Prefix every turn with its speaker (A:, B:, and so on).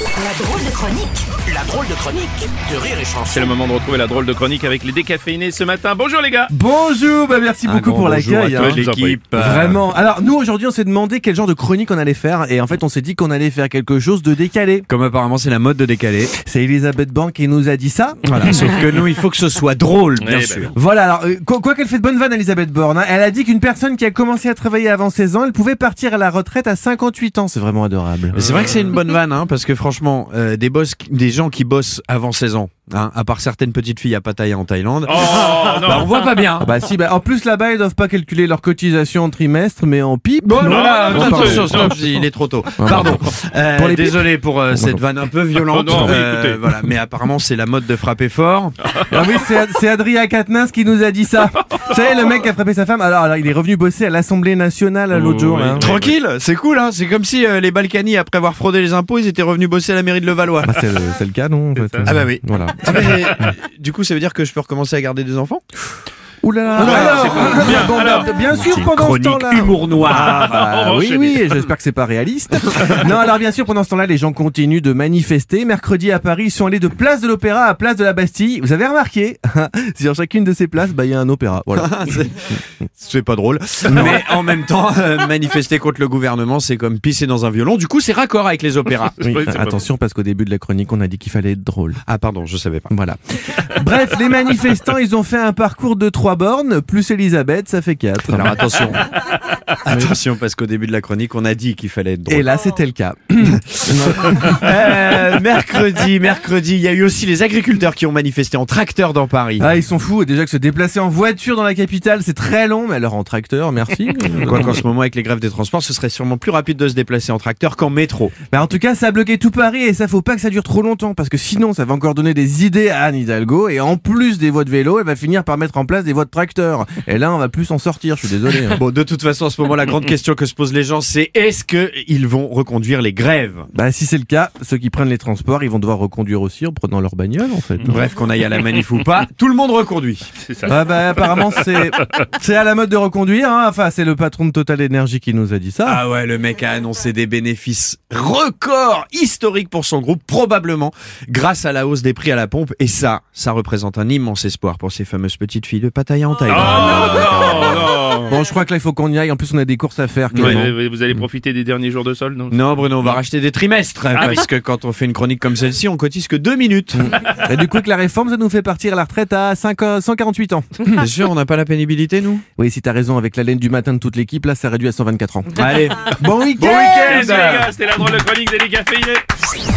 A: La drôle de chronique.
B: La drôle de chronique de Rire et Chanson.
C: C'est le moment de retrouver la drôle de chronique avec les décaféinés ce matin. Bonjour les gars
D: Bonjour, bah merci beaucoup pour l'accueil. hein.
C: l'équipe.
D: Vraiment. Alors nous aujourd'hui on s'est demandé quel genre de chronique on allait faire et en fait on s'est dit qu'on allait faire quelque chose de décalé.
E: Comme apparemment c'est la mode de décaler.
D: C'est Elisabeth Bank qui nous a dit ça.
E: Voilà. Sauf que nous, il faut que ce soit drôle, bien
C: Eh ben.
E: sûr.
D: Voilà, alors euh, quoi quoi qu'elle fait de bonne vanne Elisabeth Borne, hein, elle a dit qu'une personne qui a commencé à travailler avant 16 ans, elle pouvait partir à la retraite à 58 ans, c'est vraiment adorable.
E: Mais C'est vrai que c'est une bonne vanne, hein, parce que franchement, euh, des, boss, qui- des gens qui bossent avant 16 ans, hein, à part certaines petites filles à Pattaya en Thaïlande,
C: Oh
E: bah, on
C: non
E: voit pas bien.
D: Ah Bah si, bah, en plus là-bas ils doivent pas calculer leur cotisation en trimestre mais en pipe.
E: Bon,
C: non,
E: voilà,
C: non,
E: stop,
C: non,
E: stop,
C: non,
E: stop, je dis, il est trop tôt. Pardon. Euh,
D: Pour les pipes.
E: désolé pour euh, cette vanne un peu violente.
C: Oh, Non, non, mais
E: euh,
C: écoutez.
E: voilà, mais apparemment c'est la mode de frapper fort.
D: Ah oui, c'est c'est Adrien Quatennens qui nous a dit ça. Vous savez, le mec qui a frappé sa femme, alors, alors, il est revenu bosser à l'Assemblée nationale euh, l'autre jour.
C: Oh, Oui.
D: hein.
E: Tranquille, c'est cool. Hein, c'est comme si euh, les Balkany, après avoir fraudé les impôts, ils étaient revenus bosser à la mairie de Levallois.
D: Bah, c'est le, c'est le cas, non en fait. hein.
C: ça.
E: Ah bah oui.
D: Voilà.
E: Ah, mais, euh, du coup, ça veut dire que je peux recommencer à garder des enfants
D: Ouh là là.
C: là,
D: Ah, Alors,
C: c'est pas- bien,
D: bon,
C: alors.
D: bah, bien sûr, pendant ce temps-là.
E: humour noir.
D: Ah,
C: On va
D: oui,
C: enchaîner.
D: oui, et j'espère que c'est pas réaliste. non, alors bien sûr, pendant ce temps-là, les gens continuent de manifester. Mercredi à Paris, ils sont allés de place de l'Opéra à place de la Bastille. Vous avez remarqué Sur chacune de ces places, bah il y a un opéra. Voilà.
E: C'est- c'est pas drôle. Mais en même temps, euh, manifester contre le gouvernement, c'est comme pisser dans un violon. Du coup, c'est raccord avec les opéras.
D: Oui,
C: Oui, c'est pas
D: attention, parce qu'au début de la chronique, on a dit qu'il fallait être drôle.
E: Ah pardon, je savais pas.
D: Voilà. Bref, les manifestants, ils ont fait un parcours de trois bornes, plus Elisabeth, ça fait quatre.
E: Alors attention. attention, parce qu'au début de la chronique, on a dit qu'il fallait être drôle.
D: Et là, c'était le cas.
E: Euh, mercredi, mercredi, il y a eu aussi les agriculteurs qui ont manifesté en tracteur dans Paris.
D: Ah, ils sont fous. Et Déjà que se déplacer en voiture dans la capitale, c'est très long, mais alors en tracteur, merci.
E: Quoi qu'en ce moment, avec les grèves des transports, ce serait sûrement plus rapide de se déplacer en tracteur qu'en métro.
D: Bah, en tout cas, ça a bloqué tout Paris et ça, faut pas que ça dure trop longtemps parce que sinon, ça va encore donner des idées à Anne Hidalgo et en plus des voies de vélo, elle va finir par mettre en place des voies de tracteur. Et là, on va plus s'en sortir, je suis désolé. hein.
E: Bon, de toute façon, en ce moment, la grande question que se posent les gens, c'est est-ce qu'ils vont reconduire les grèves
D: Bah, si c'est le cas, ceux qui prennent les transports, ils vont devoir reconduire aussi en prenant leur bagnole, en fait.
E: Bref, qu'on aille à la manif ou pas, tout le monde reconduit.
C: C'est ça.
D: Ah bah, apparemment c'est c'est à la mode de reconduire hein. enfin c'est le patron de Total Energy qui nous a dit ça.
E: Ah ouais, le mec a annoncé des bénéfices records historiques pour son groupe, probablement grâce à la hausse des prix à la pompe. Et ça, ça représente un immense espoir pour ces fameuses petites filles de Pattaya en
C: Oh
E: Thaïlande.
C: non, non, non
D: Bon je crois que là il faut qu'on y aille en plus on a des courses à faire
C: Ouais,
D: Clément.
C: ouais, Vous allez profiter des derniers jours de sol, non Ah.
E: Non, Bruno, on va racheter des trimestres. parce que quand on fait une chronique comme celle-ci, on cotise que deux minutes.
D: Et du coup que la réforme ça nous fait partir à la retraite à 5 ans- 148 ans.
E: Bien sûr, on n'a pas la pénibilité, nous
D: Oui si t'as raison avec la laine du matin de toute l'équipe là ça réduit à 124 ans.
E: Allez,
D: Bon week-end
C: Eh,
E: Eh ben.
C: Merci les gars, c'était la drôle de chronique des décaféinés